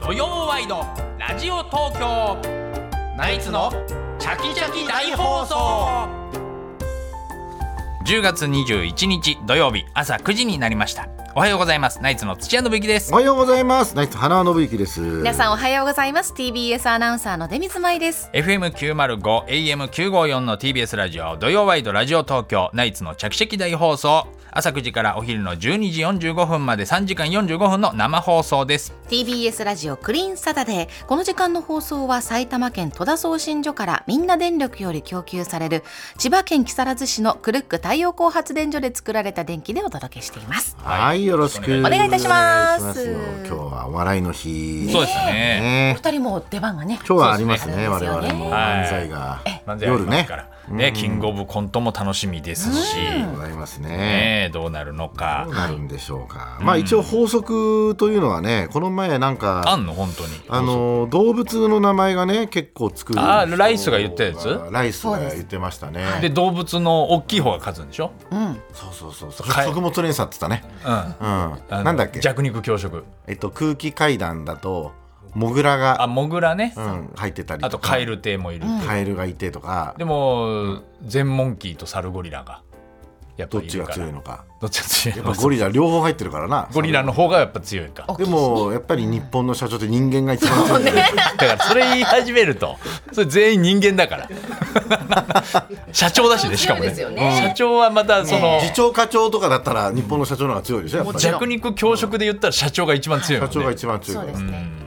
土曜ワイドラジオ東京ナイツのチャキチャキ大放送10月21日土曜日朝9時になりましたおはようございますナイツの土屋信之ですおはようございます。ナイツ花輪信之です。皆さん。んおはようございます TBS アナウンサーの出水舞です FM905 AM954 の TBS ラジオ土曜ワイドラジオ東京ナイツの着席大放送朝9時からお昼の12時45分まで3時間45分の生放送です TBS ラジオクリーンサタデーこの時間の放送は埼玉県戸田送信所からみんな電力より供給される千葉県木更津市のクルック太陽光発電所で作られた電気でお届けしていますはい、よろしくお願いいたしますお願いしますよ今日はお笑いの日。そうですねね。二人も出番がね今日はありますそうでね。す我ね々もはい漫才が漫才あり夜ますねか。ら、ねキングオブコントも楽しみですし、ございますね。ね、どうなるのどうかなるんでしょうか。まあ一応法則というのはね、この前なんあか。んの本当にあの動物の名前がね結構作る人あーライスが言ったやつライスが言ってましたねで動物の大きい方が勝つんでしょ、そうそうそうそうかえ食物連鎖って言ったねうんあうのんなんだっけ弱肉強食えっと空気階段だとモグラがあモグラね、うん、入ってたりあとカエル亭もいる、カエルがいてとかでも全モンキーとサルゴリラがやっぱどっいちるがから強いのかどっちが強いやっのぱゴリラ両方入ってるからなゴリラの方がやっぱ強いかでもやっぱり日本の社長って人間が一番強い、だからそれ言い始めるとそれ全員人間だから 社長だしねしかもねそうですよね社長はまたその、次長課長とかだったら日本の社長の方が強いでしょやっぱり社弱肉強食で言ったら社長が一番強いもん、ね、長が一番強いそうかでらすね、うん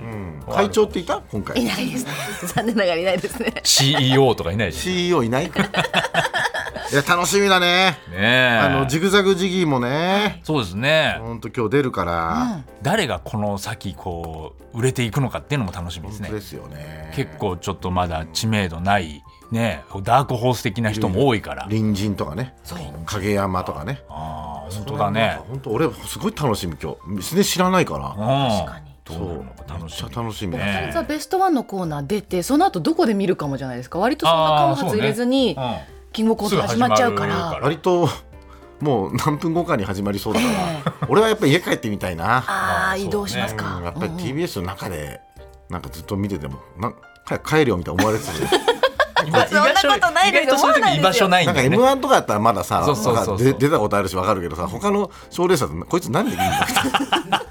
会長っていた今い回ないですね残念ながらいないですね CEO とかいないし CEO いない いや楽しみだねねえあのジグザグジギーもねそうですね、ほんと今日出るから、誰がこの先こう売れていくのかっていうのも楽しみです本ね当ですよね結構ちょっとまだ知名度ないねダークホース的な人も多いから隣人とかね影山とかねああ本当だね本当俺すごい楽しみ今日すね知らないから、うんどうなるのかめっ楽しちみゃ楽しみだねさあベストワンのコーナー出てその後どこで見るかもじゃないですか割とそんな間あーそう髪ね入れずに、うキングオブコント始まっちゃうからすぐ始まるから割ともう何分後かに始まりそうだから俺はやっぱり家帰ってみたいなああ移動しますうんか、やっぱり TBS の中でなんかずっと見ててもなんか帰るよみたいな思われて たじゃんん、意外そんなことないです意外とそういう思わないです時よ居場所ないんなんかだよね m 1とかだったらまださそうそうそうそうなんか出出たことあるしわかるけどさ他の賞レーサーってこいつなんでいいんだみたい な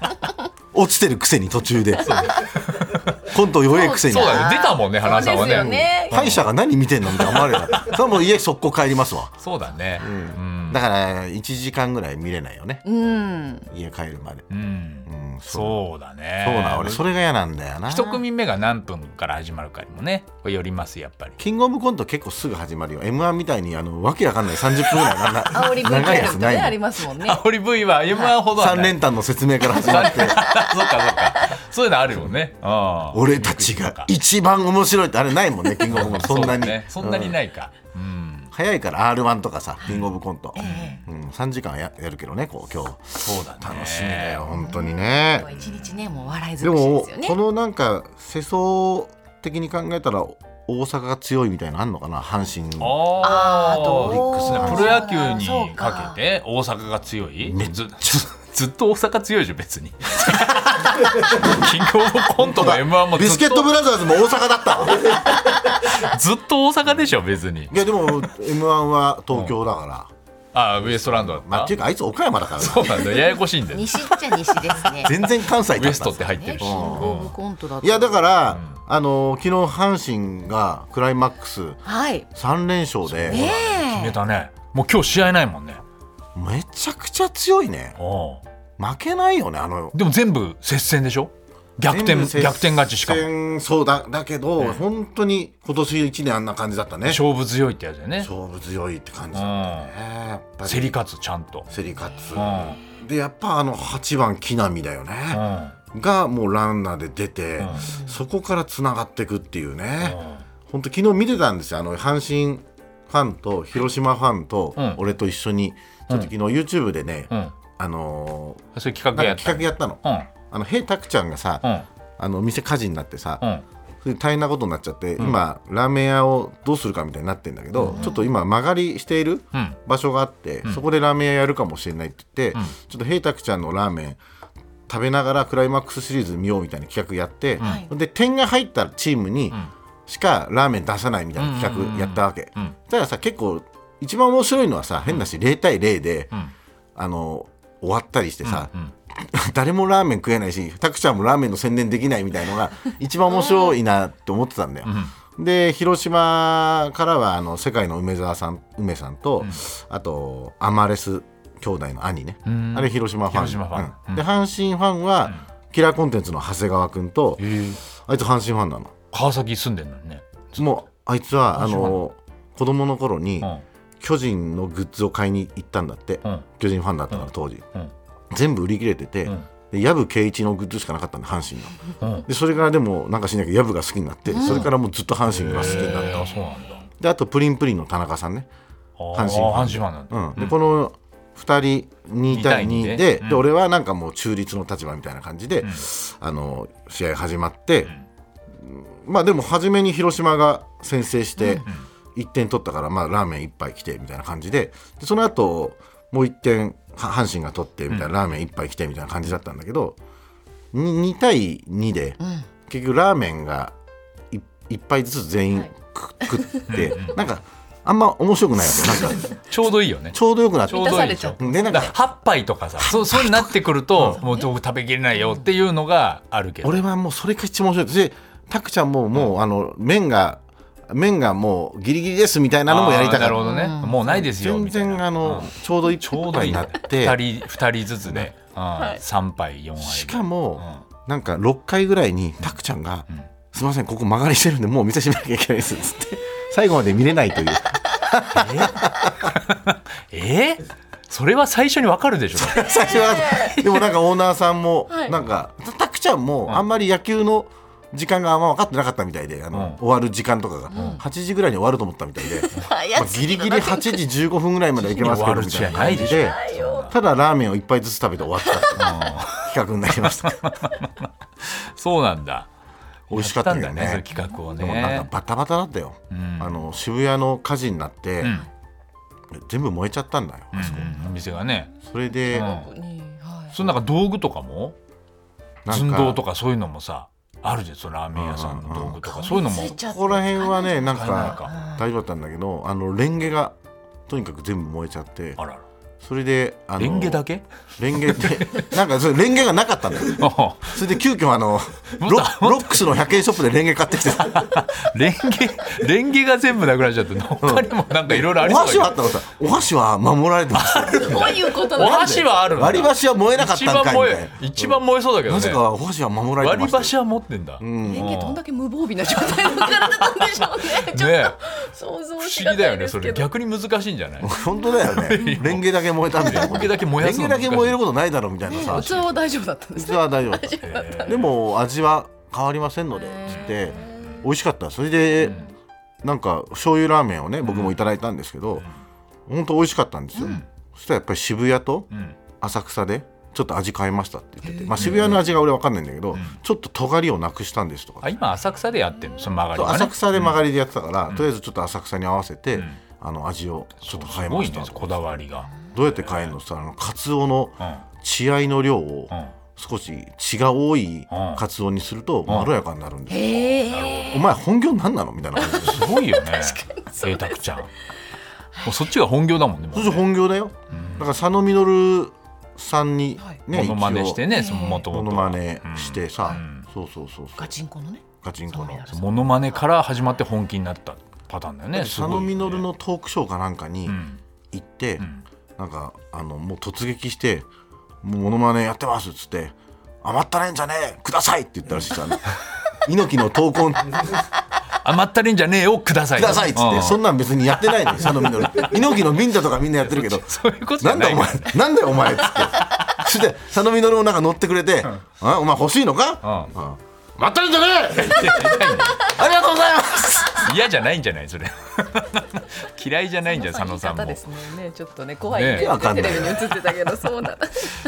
落ちてるくせに途中でコント弱えくせにそうだよ出たもんねそう花さんはですよねね歯医者が何見てんのみたいな思われたそれはもう家速攻帰りますわそうだねうん、だから1時間ぐらい見れないよねうん家帰るまでうんうんそうそうだねそうな俺それが嫌なんだよな一組目が何分から始まるかにもねこれよりますやっぱりキングオブコント結構すぐ始まるよ m 1みたいにあのわけわかんない30分ぐらいなんな煽り文長化いやつとかなねありいますもんね あ堀 V は m 1ほどは3ない連単の説明から始ま三っ連 そてうかそうかそういうのあるよねうん俺たちが一番面白いってあれないもんねキングオブコントそんなにうだねそんなにい、ないかうんうん早いから r 1とかさキングオブコント、うん、3時間はややるけどねこう今日そうだね楽しみだよ本当にね一日ねもう笑いで尽くしでもすよこねのなんか世相的に考えたら大阪が強いみたいなのあんのかな阪神あああーどうオリックスねプロ野球そにうかかけて大阪が強いず ずっと大阪強いでしょ別に キングオブコントの m 1もずビスケっットとブラザーズも大阪だった わずっと大阪でしょ別にいやでも m 1は東京だから、あーウエストランドだった、まあ、っていうかあいつ岡山だからなそうなんだややこしい んだよ西っちゃ西ですね全然関西ウだエっスたトって入ってねるキし、ングオブコントだといやだから、あのー昨日阪神がクライマックスはい3連勝で、ね決えめたねもう今日試合ないもんねめちゃくちゃ強いねおう負けないよねあのでも全部接戦でしょ逆転全部接戦逆転勝ちしかもそうだだけど、本当に今年1年あんな感じだったね勝負強いってやつだよね勝負強いって感じだったねやっぱり競り勝つちゃんと、競り勝つ、うでやっぱあの8番木浪だよね、ん、がもうランナーで出て、うんそこからつながっていくっていうね、うん本当昨日見てたんですよあの阪神ファンと広島ファンとうん俺と一緒に、ちょっと昨日 YouTube でね、うん、あのそういうー企画なやんかった企画やったの。あの平拓ちゃんがさ、うんあの店火事になってさ、うんうんそれで大変なことになっちゃって、今ラーメン屋をどうするかみたいになってんだけど、ちょっと今間借りしているうん場所があって、そこでラーメン屋やるかもしれないって言って、ちょっと平拓ちゃんのラーメン食べながらクライマックスシリーズ見ようみたいな企画やって、はいで点が入ったチームにんしかラーメン出さないみたいな企画やったわけ、うんたださ結構一番面白いのはさ変だし0対0で、んあの終わったりしてさ、うん誰もラーメン食えないしタクちゃんもラーメンの宣伝できないみたいのが一番面白いなって思ってたんだよ。で広島からはあの世界の梅沢さん梅さんと、あとアマレス兄弟の兄ね、んあれ広島ファン広島ファンうんで阪神ファンは、キラーコンテンツの長谷川君と、ええあいつ阪神ファンなの。川崎住んでんのにねもうあいつはあ阪神ファンの子供の頃に、うん巨人のグッズを買いに行ったんだって、うん巨人ファンだったから当時、うん全部売り切れてて、んで薮圭一のグッズしかなかったんで阪神のうんでそれからでもなんかしなきゃ薮が好きになって、それからもうずっと阪神が好きになっえた、ーそうなんだであとプリンプリンの田中さんね、あー阪神ファン阪神ファンなんだうんでこの2人二2対2で対二でで俺はなんかもう中立の立場みたいな感じで、あの試合始まって、まあでも初めに広島が先制して1点取ったから、まあ、ラーメン1杯来てみたいな感じででその後もう1点は阪神が取ってみたいな、ラーメン1杯来てみたいな感じだったんだけど 2, 対2で、結局ラーメンがい1杯ずつ全員く食って、なんかあんま面白くないわけなんかちょうどいいよねちょうどよくなってちょうどいいで満たされしちゃょうでなんだかから8杯とかさそうそうになってくる ともうどう食べきれないよっていうのがあるけど俺はもうそれが一番面白いでタクちゃんももう、あの麺が麺がもうギリギリですみたいなのもやりたかあーなっるほたどねもうないですよ全みたいな然あの、ちょうど一丁うんになっ二て人二人ずつで3杯4杯しかも、なんか6回ぐらいにタクちゃんが「んすいませんここ曲がりしてるんでもう店閉めなきゃいけないです」っつって最後まで見れないという えーそれは最初にわかるでしょ最初はでもなんかオーナーさんも、はいなんかタクちゃんもあんまり野球の時間があんま分かってなかったみたいであの、うん終わる時間とかが、8時ぐらいに終わると思ったみたいで。まあ、ギリギリ8時15分ぐ らいまでは行けますけどみたいな感じ終でただラーメンを一杯ずつ食べて終わったっていう 企画になりましたそうなんだ美味しかったけやどんねだねそういう企画をでもなんねかバタバタだったよ、んあの渋谷の火事になって、ん全部燃えちゃったんだよ、あそこうんお店がねそれで、うんそのなんか道具とかもなん寸胴かとかそういうのもさあるじゃんそのラーメン屋さんの道具とかそういうのもここら辺はねなん買えないかか大丈夫だったんだけどあのレンゲがとにかく全部燃えちゃってあららそれであのレンゲだけ レンゲって なんかそれレンゲがなかったんだよそれで急遽あ のロもっとロックスの100円ショップでレンゲ買ってきて レン ゲレンゲが全部なくなっちゃって他にもなんかいろいろありおそうだけ箸どはあったのさお箸は守られてますどういうことおなんだ箸はあるんだ 割り箸は燃えなかったんかいみ一番燃たいえな一番燃えそうだけどなねぜかお箸は守られて割まりした箸よは持ってんだ、人間どんだけ無防備な状態の体だったんでしょうねちょねっと想像不し思が議ただよいねでそすれけど逆に難しいんじゃない本当だよ ねレンゲだけ燃えたんだよレンゲだけ燃やすレのンゲ難しいだけ燃えることないだろうみたいなさ器は大丈夫だったんです実ねは大丈夫だったでも味は変わりませんのでつって美味しかったそれでなんか醤油ラーメンをね僕もいただいたんですけど本当美味しかったんですよそしたらやっぱり渋谷とん浅草でちょっと味変えましたって言っててまあ渋谷の味が俺わかんないんだけどちょっと尖りをなくしたんですとかあ今浅草でやってるのその曲がりそうがね浅草で曲がりでやってたから、とりあえずちょっと浅草に合わせて、あの味をちょっと変えすまごしいたねとこだわりがどうやって変えるのって言ったらあのカツオのうん血合いの量をうん少し血が多いうんカツオにするとまろやかになるんですよ、へえお前本業なんなのみたいな感じですごいよね贅沢ちゃんもうそっちが本業だもんねもそうして本業だよ、だから佐野実さんにね、モノマネしてねそのね元一応々モノマネしてさ、そうそうそうそうガチンコのねガチンコのモノマネから始まって本気になったパターンだよね佐すご野い実よねのトークショーかなんかにん行って、なんかあのもう突撃して「もうモノマネやってます」っつって「余ったねんじゃねえください」って言ったらしいじ ゃん猪木の闘魂く余ったれんじゃねえをくださいださいっつっうてんそんなん別にやってないのよ 佐野実猪木のミンタとかみんなやってるけどそういうことじなゃんなだおい前なんだよお前っつってそして佐野実もなんか乗ってくれて「あお前欲しいのかううん余ったねんじゃねえありがとうございます嫌じゃないんじゃないそれ 嫌いじゃないんじゃん佐野さん方もですもんねちょっとね怖いねねわかんなテいレビに映ってたけどそうなんだ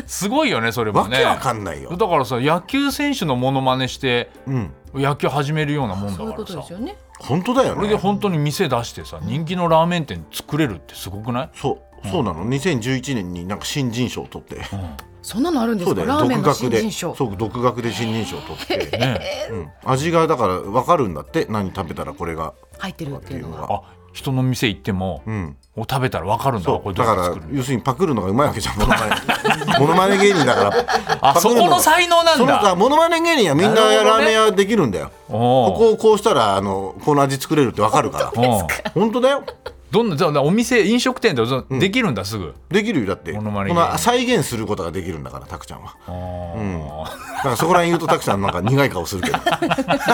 すごいよねそれもねわけわかんないよだからさ野球選手のモノマネしてうん野球始めるようなもんだそういうかこらとさですよね本当だよこれでね本当に店出してさ人気のラーメン店作れるってすごくないそうそうなの2011年になんか新人賞を取ってうんそんなのあるんでそすうだかよラーメン独の学新で人賞そう独学で新人賞を取っ て、ねうん、味がだから分かるんだって何食べたらこれが入ってるっていうのはあ人の店行っても、うんお食べたら分かるんだそこうれどだうかやって作らるんだ要するにパクるのがうまいわ けじゃんモノマネモノマネ芸人だからあパそクるこがの才能なんそのだ他モノマネ芸人はみんななるほどラねーメン屋できるんだよおこーこをこうしたらあのこの味作れるって分かるからおー本当だよどんなじゃあお店飲食店でもできるんだすぐ、できるよだってモこノマネ芸人の再現することができるんだからタクちゃんはあーだからそこら辺言うとタクちゃんなんか苦い顔するけど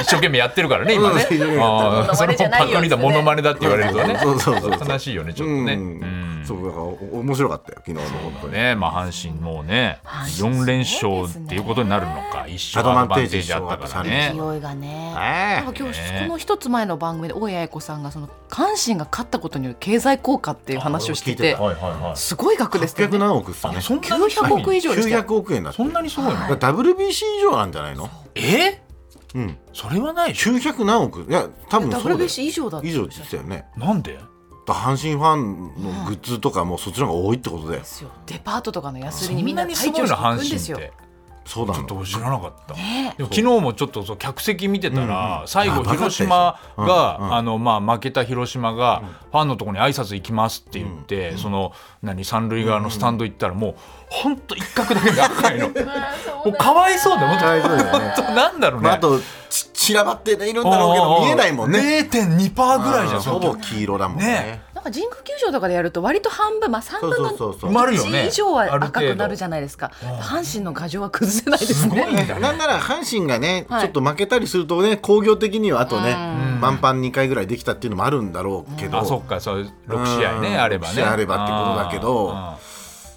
一生懸命やってる からね今ねうん一生懸命やってるあーそのパクリだモノマネだって言われるとねそうそうそうそう悲しいよねちょっとね、うんそうだからお面白かったよ昨日の本当にねまあ、阪神もうね阪神4連勝っていうことになるのか一勝アアドドババンンテテーージジあったからねね勢いがねねなんか今日ねこの一つ前の番組で大谷彩子さんがその関心が勝ったことによる経済効果っていう話をしててあはいはいはいすごい額ですよ800ね何億っすよねあそんなに900億以上でしたよ900億円だってそんなにすごいの、だから WBC 以上なんじゃないのえうんそれはないでしょ900何億いや多分そうだよ WBC 以上だった以上って言ってたよねなんでだから阪神ファンのグッズとかもそっちの方が多いってことだよですよデパートとかの安売そりにみんんななに対すごい応していくの阪ん神でっすよ。てそうなちょのっと知らなかった、ねでも昨日もちょっとそう客席見てたら、最後あバカって広島が、うんうんあのまあ、負けた広島が、ファンのところに挨拶行きますって言って、その何三塁側のスタンド行ったらもう本当一角だけが赤い のもうかわいそうだよかわいそう本だよね当なんだろうね、まあ、あとち散らばっているんだろうけど見えないもんね0.2%ぐらいじゃんうんそほのぼ黄色だもんねねなんか神宮球場とかでやると割と半分まあ3分そうのそうそうそう埋まるよね1以上は赤あるく程度なるじゃないですか阪神の牙城は崩せないですねすごいねなんなら阪神がね、はいちょっと負けたりするとね工業的にはあとねん満帆2回ぐらいできたっていうのもあるんだろうけど、あそっかそう6試合うねんあればね六試合あればってことだけどあ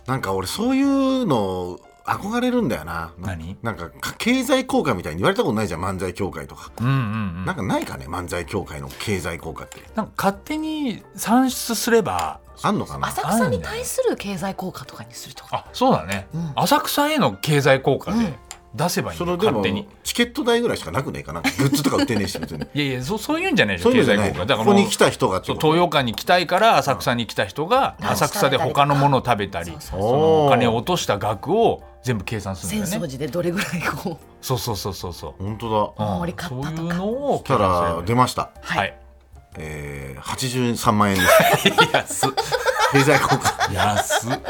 なんか俺そういうの憧れるんだよな何なんか経済効果みたいに言われたことないじゃん漫才協会とか、ーうんうんうんなんかないかね漫才協会の経済効果ってなんか勝手に算出すればあんのかな浅草に対する経済効果とかにするとかあそうだね、うん浅草への経済効果で出せばいいその、ので勝も手にチケット代ぐらいしかなくねえかなグッズとか売ってねえし別に いやいやそそういうんじゃないでしそょういう経の済じゃない効果だからここもうに来た人がってそうこと東洋館に来たいから浅草に来た人がうん浅草で他のものを食べたり、そうそそうのお金を落とした額を全部計算する浅んだ草よね寺でどれぐらいこうそうそうそうそうそう本当だお守り買ったとかそういうのをそしたら計算す出ればいいましたはい、えー、83万円です安 っ経済効 果安っい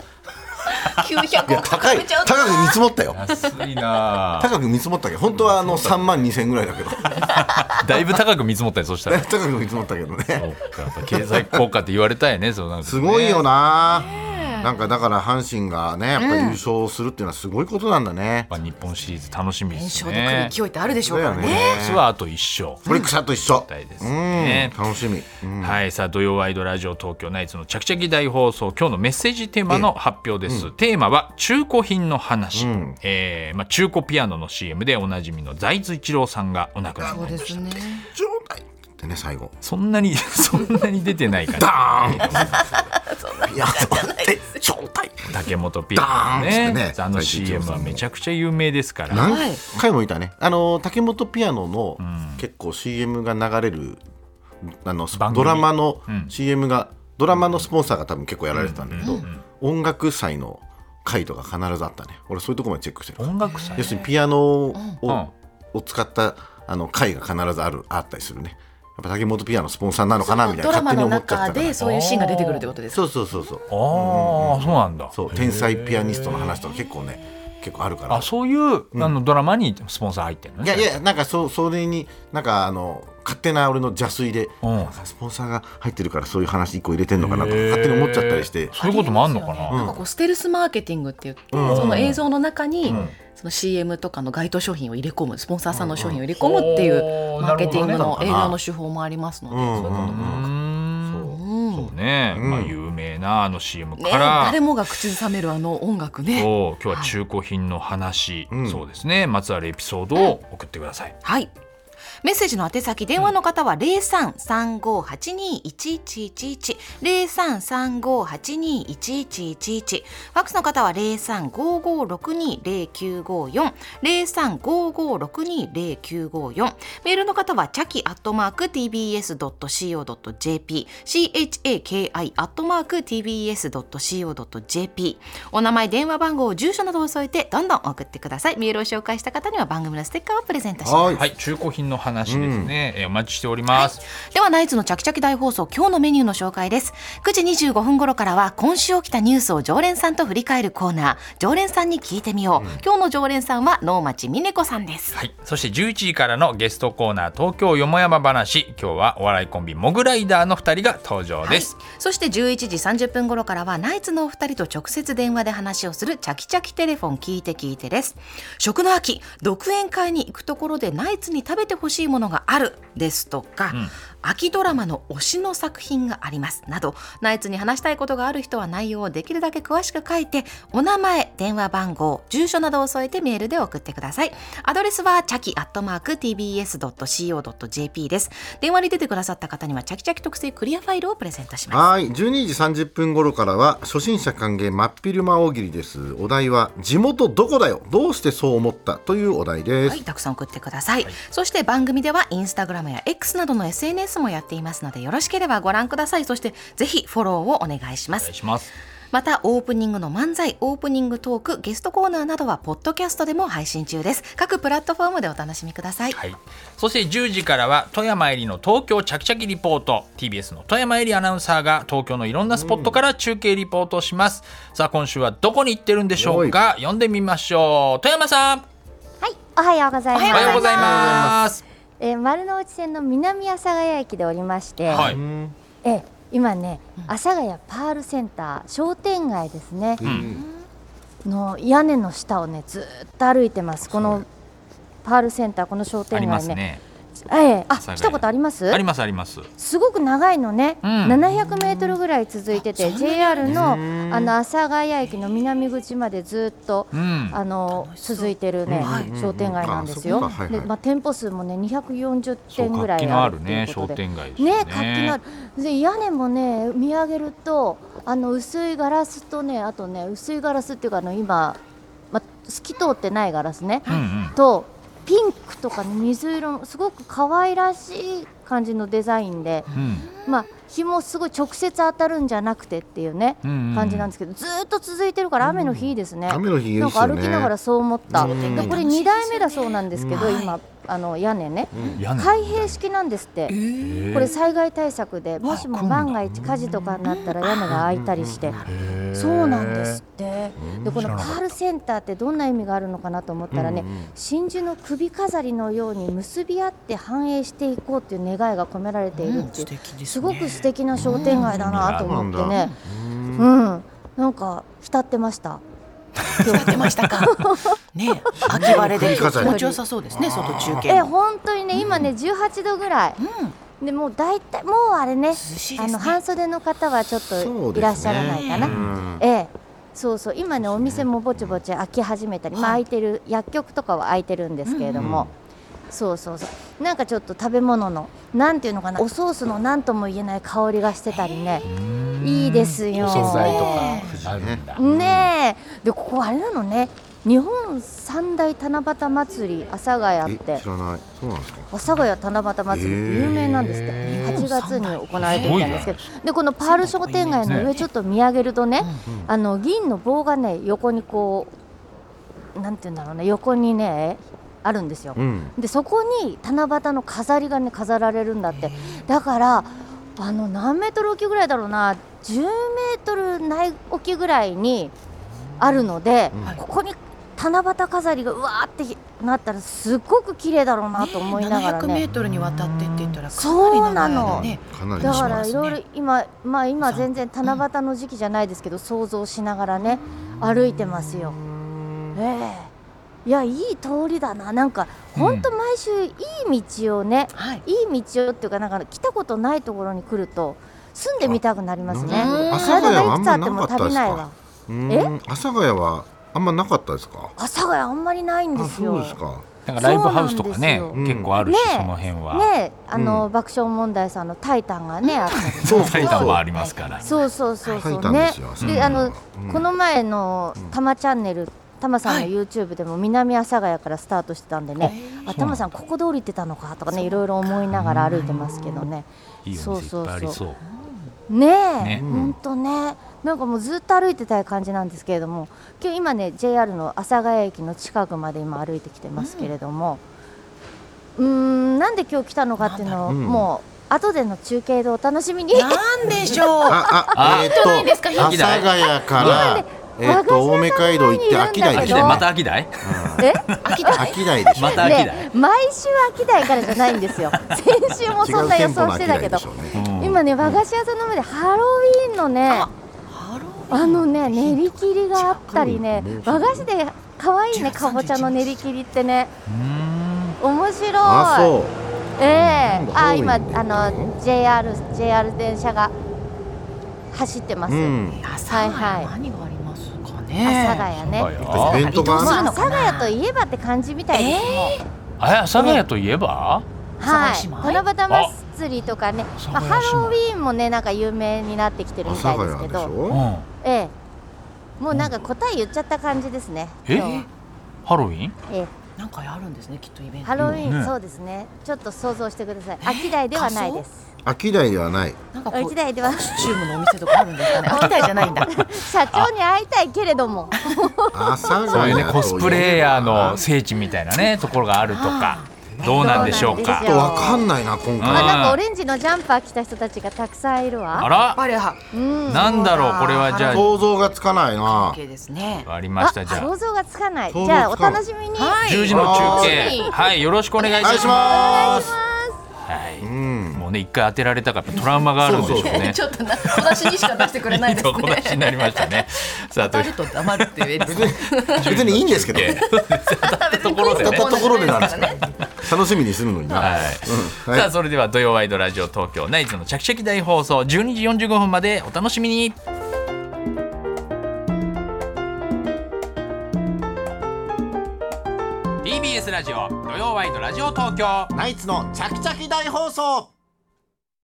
900や億高い超えちゃう高く見積もったよ安いなあ高く見積もったけど本当はあの3万2千ぐらいだけど だいぶ高く見積もったよそしたら高く見積もったけどねそっかやっぱ経済効果って言われたいねそうなんかねすごいよな、なんかだから阪神がねやっぱり優勝するっていうのはすごいことなんだね、やっぱ日本シリーズ楽しみで連す勝で来ねる勢いってあるでしょそううだかよらねね明日はあと1勝オリックスと一緒たいですねうん楽しみ、うんはいさあ土曜ワイドラジオ東京ナイツのちゃきちゃき大放送今日のメッセージテーマの発表です、テーマは中古品の話、んえーまあ、中古ピアノの CM でおなじみの財津一郎さんがお亡くなりそうですね状態ってね最後そんなに そんなに出てないからダーンいやそうって状態竹本ピアノのダーンっねつってねあの財津一郎 CM さんもはめちゃくちゃ有名ですから何はい回もいたねあの竹本ピアノの結構 CM が流れるあの番組ドラマの CM が、ドラマのスポンサーが多分結構やられてたんだけど、音楽祭の回とか必ずあったね俺そういうとこまでチェックしてる音楽祭要するにピアノを,、うんうんを使ったあの回が必ずあるあったりするねやっぱ竹本ピアノスポンサーなのかなみたいドなラ勝マ手にの思っちゃ中ったからでそういうシーンが出てくるってことですかそうそうそうそうああ、そうなんだそう天才ピアニストの話とか結構ね結構あるからあそういう、あのドラマにスポンサー入ってるのいねやいやなんかそそれになんかあの勝手な俺の邪推で、うんなんかスポンサーが入ってるからそういう話一個入れてんのかなとか勝手に思っちゃったりしてそういうこともあんのかな、なんかこうステルスマーケティングって言って、その映像の中に、その CM とかの該当商品を入れ込むスポンサーさんの商品を入れ込むっていうんううんマーケティングなるのほど営ね業の手法もありますので、うんそういうことも、うーんうんそうね、うんまあ有名なあの CM ね、から、誰もが口ずさめるあの音楽ね。そう今日は中古品の話、うんそうですねまつわるエピソードを送ってください、はいメッセージの宛先電話の方は0335821111 0335821111ファックスの方は0355620954 0355620954メールの方はチャキアットマーク tbs.co.jp chaki アットマーク tbs.co.jp お名前電話番号住所などを添えてどんどん送ってくださいメールを紹介した方には番組のステッカーをプレゼントしますはい、はい、中古品の話ですね。えーお待ちしております。ではナイツのチャキチャキ大放送今日のメニューの紹介です9時25分頃からは今週起きたニュースを常連さんと振り返るコーナー常連さんに聞いてみよう、今日の常連さんは能町みね子さんですはい、そして11時からのゲストコーナー東京よもやま話今日はお笑いコンビモグライダーの2人が登場です、はいそして11時30分頃からはナイツのお二人と直接電話で話をするチャキチャキテレフォン聞いて聞いてです食の秋独演会に行くところでナイツに食べてほしいものがあるですとか、秋ドラマの推しの作品がありますなどナイツに話したいことがある人は内容をできるだけ詳しく書いてお名前電話番号住所などを添えてメールで送ってくださいアドレスはチャキアットマーク TBS.CO.jp です電話に出てくださった方にはチャキチャキ特製クリアファイルをプレゼントしますはい12時30分頃からは初心者歓迎真っ昼間大喜利ですお題は地元どこだよどうしてそう思ったというお題です、、はい、たくさん送ってください、そして番組ではインスタグラムや X などの SNS もやっていますのでよろしければご覧くださいそしてぜひフォローをお願いしまおす願いしますまたオープニングの漫才オープニングトークゲストコーナーなどはポッドキャストでも配信中です各プラットフォームでお楽しみください、はい、そして10時からは富山入りの東京ちゃきちゃきリポート TBS の富山入りアナウンサーが東京のいろんなスポットから中継リポートをします、さあ今週はどこに行ってるんでしょうか呼んでみましょう富山さんはい、おはようございます。おはようございますえー丸の内線の南阿佐ヶ谷駅でおりまして、はいうんえー今ね、阿佐ヶ谷パールセンター商店街ですね、うんの屋根の下をねずーっと歩いてます。このパールセンターこの商あり店ま街すね。ねええあ佐ヶ谷来たことあります？ありますありますすごく長いのね、うん700メートルぐらい続いてて、JR のあうんの阿佐ヶ谷駅の南口までずーっとうんあの続いてるね、はい商店街なんですあそよ。っかはいはいで、まあ店舗数もね240そう店ぐら活気いのああるるっていねうこ商とで。店街ですよね、活気のある。で屋根もね見上げるとあの薄いガラスとねあとね薄いガラスっていうかあの今まあ透き通ってないガラスね、うんうんとピンクとかね水色のすごく可愛らしい感じのデザインで、うんまあ日もすごい直接当たるんじゃなくてっていうね、うんうん感じなんですけどずーっと続いてるから雨の日ですね。雨の日いいなでんすかよね歩きながらそう思った。うんでこれ二代目だそうなんですけど、うん今あの屋根ね、屋根開閉式なんですって。へえこれ災害対策で、もしあも来るんだ万が一火事とかになったら屋根が開いたりして、へえそうなんですって。でこ知らのパなかったールセンターってどんな意味があるのかなと思ったらね、真珠の首飾りのように結び合って繁栄していこうっていう願いが込められているっていう、すごく素敵な商店街だなと思ってね、うん、なんか浸ってました。使ってま したかねえ秋晴れで気持ちよさそうですね外中継えも本当にね今ね18度ぐらい、でもう大体もうあれねしいですあねの半袖の方はちょっそうですとねいらっしゃらないかな、うんええそうそう今ねお店もぼちぼち開き始めたり、まあ開いてる薬局とかは開いてるんですけれども、そうそうそうなんかちょっと食べ物のなんていうのかなおソースのなんとも言えない香りがしてたりねいいですよ。素材とねかあるんだねえでここあれなのね日本三大七夕祭り阿佐ヶえ谷って知らないそうなんですか阿佐ヶ谷七夕祭り有名なんですって、へ8月に行われていたんですけどすでこのパール商店街の上ちょっと見上げるとね、あの銀の棒がね横にこうなんて言うんだろうね横にねあるんですよ、うんでそこに七夕の飾りがね飾られるんだってだからあの何メートル沖ぐらいだろうな10メートルない沖ぐらいにあるので、うんここに七夕飾りがうわーってなったらすっごく綺麗だろうなと思いながら700メねートルにわたってって言ったらかなりそう長なのいねかなりだしまからすいろいろ今まあ今全然七夕の時期じゃないですけど想像しながらね歩いてますよ。ええいやいい通りだななんか本当毎週いい道をね、はいいい道をっていうかなんか来たことないところに来ると住んでみたくなりますね。あなるほど阿佐ヶ体谷はあんがいくまなつあってかったでもすか足りないわ。うん阿佐ヶ谷はあんまなかったですか阿佐ヶ谷あんまりないんあですよ。そうですかなんかライブハウスとかねそうなんですよ結構あるし、ねえその辺は、ねあの、う爆笑問題さんの「タイタン」がねあったりねそう埼玉もありますから、そうそうそうそ書いうたんでねすよ。うんであの、うんこの前のん「たまチャンネル」たまさんの YouTube でも南阿佐ヶ谷からスタートしてたんでね、あたまさんここで降りてたのかとかねいろいろ思いながら歩いてますけどねいいお店いっぱいありそうそねねえ本当ねなんかもうずっと歩いてたい感じなんですけれども今日今ね JR の阿佐ヶ谷駅の近くまで今歩いてきてますけれどもうーんなんで今日来たのかっていうのをなんだろううんもう後での中継でお楽しみになんでしょう。あ、ああ、えーっと、ないんですか阿佐ヶ谷から、えーっと、青梅街道行って、和菓秋子屋さ台んに秋でし代ょ。また秋代 え秋田秋台でしょ。また秋代、ね、毎週秋代からじゃない んですよ先週もそんな予想してたけど違う店舗の秋台でしょうねうん今ね和菓子屋さんの前でハロウィーンのねハロウィンあのね練り切りがあったりね近く和菓子で可愛いね13かぼちゃの練り切りってねうーん面白いあ、そう。ええうんあ今あ多いねの JR, JR 電車が走ってます、うん。阿佐はいはい何がありますか阿ね。佐ヶ谷ね阿佐ヶイ谷ベントがもう阿ある。佐ヶ谷といえばって感じみたいです、もうあれ阿佐ヶ谷といえばは阿佐ヶい、谷姉妹七夕祭りとかねあ、まあ、阿佐ハヶ谷姉妹ロウィーンもねなんか有名になってきてる阿み佐たいでヶす谷けでしど、うんょ。ええ、もうなんか答え言っちゃった感じですね。え今日はハロウィンえなんかあるんですねきっとイベえ、ントハ。ロウィーン、うんねそうですね。ちょっと想像してください。秋代ではないです。秋台ではない。なんかこう秋代ではコスチュームのお店とかあるんですか ね。秋田じゃないんだ。社長に会いたいけれども、阿佐ヶ谷そういうねとコスプレイヤーの聖地みたいなねところがあるとかどうなんでしょうどうなんかでちょっとわかんないな、今うあ、ん回。なんかオレンジのジャンパー着た人たちがたくさんいるあわ。らバレハうん。なんだろうこれはじゃ想像がつかないな。系ですね。あありまあしたじゃあ想像がつかない。想像じゃあおつかない楽しみに。はい10時の中継はいはいよろしくお願いいおた願いししまますす。はいうん。もうね一回当てられたからやっぱトラウマがあるんでしょうねちょっとな小出しにしか出してくれないいいです とこ出しに ね。なりましたねさあと当いたうると黙るっていうエリス。別にいいんですけど。当たったところで 当ねたったところでなんですから。楽しみにするのにな。はいうんはいさあそれでは土曜ワイドラジオ東京ナイツの着席大放送12時45分までお楽しみに「TBS ラジオ土曜ワイドラジオ東京」ナイツのチャキチャキ大放送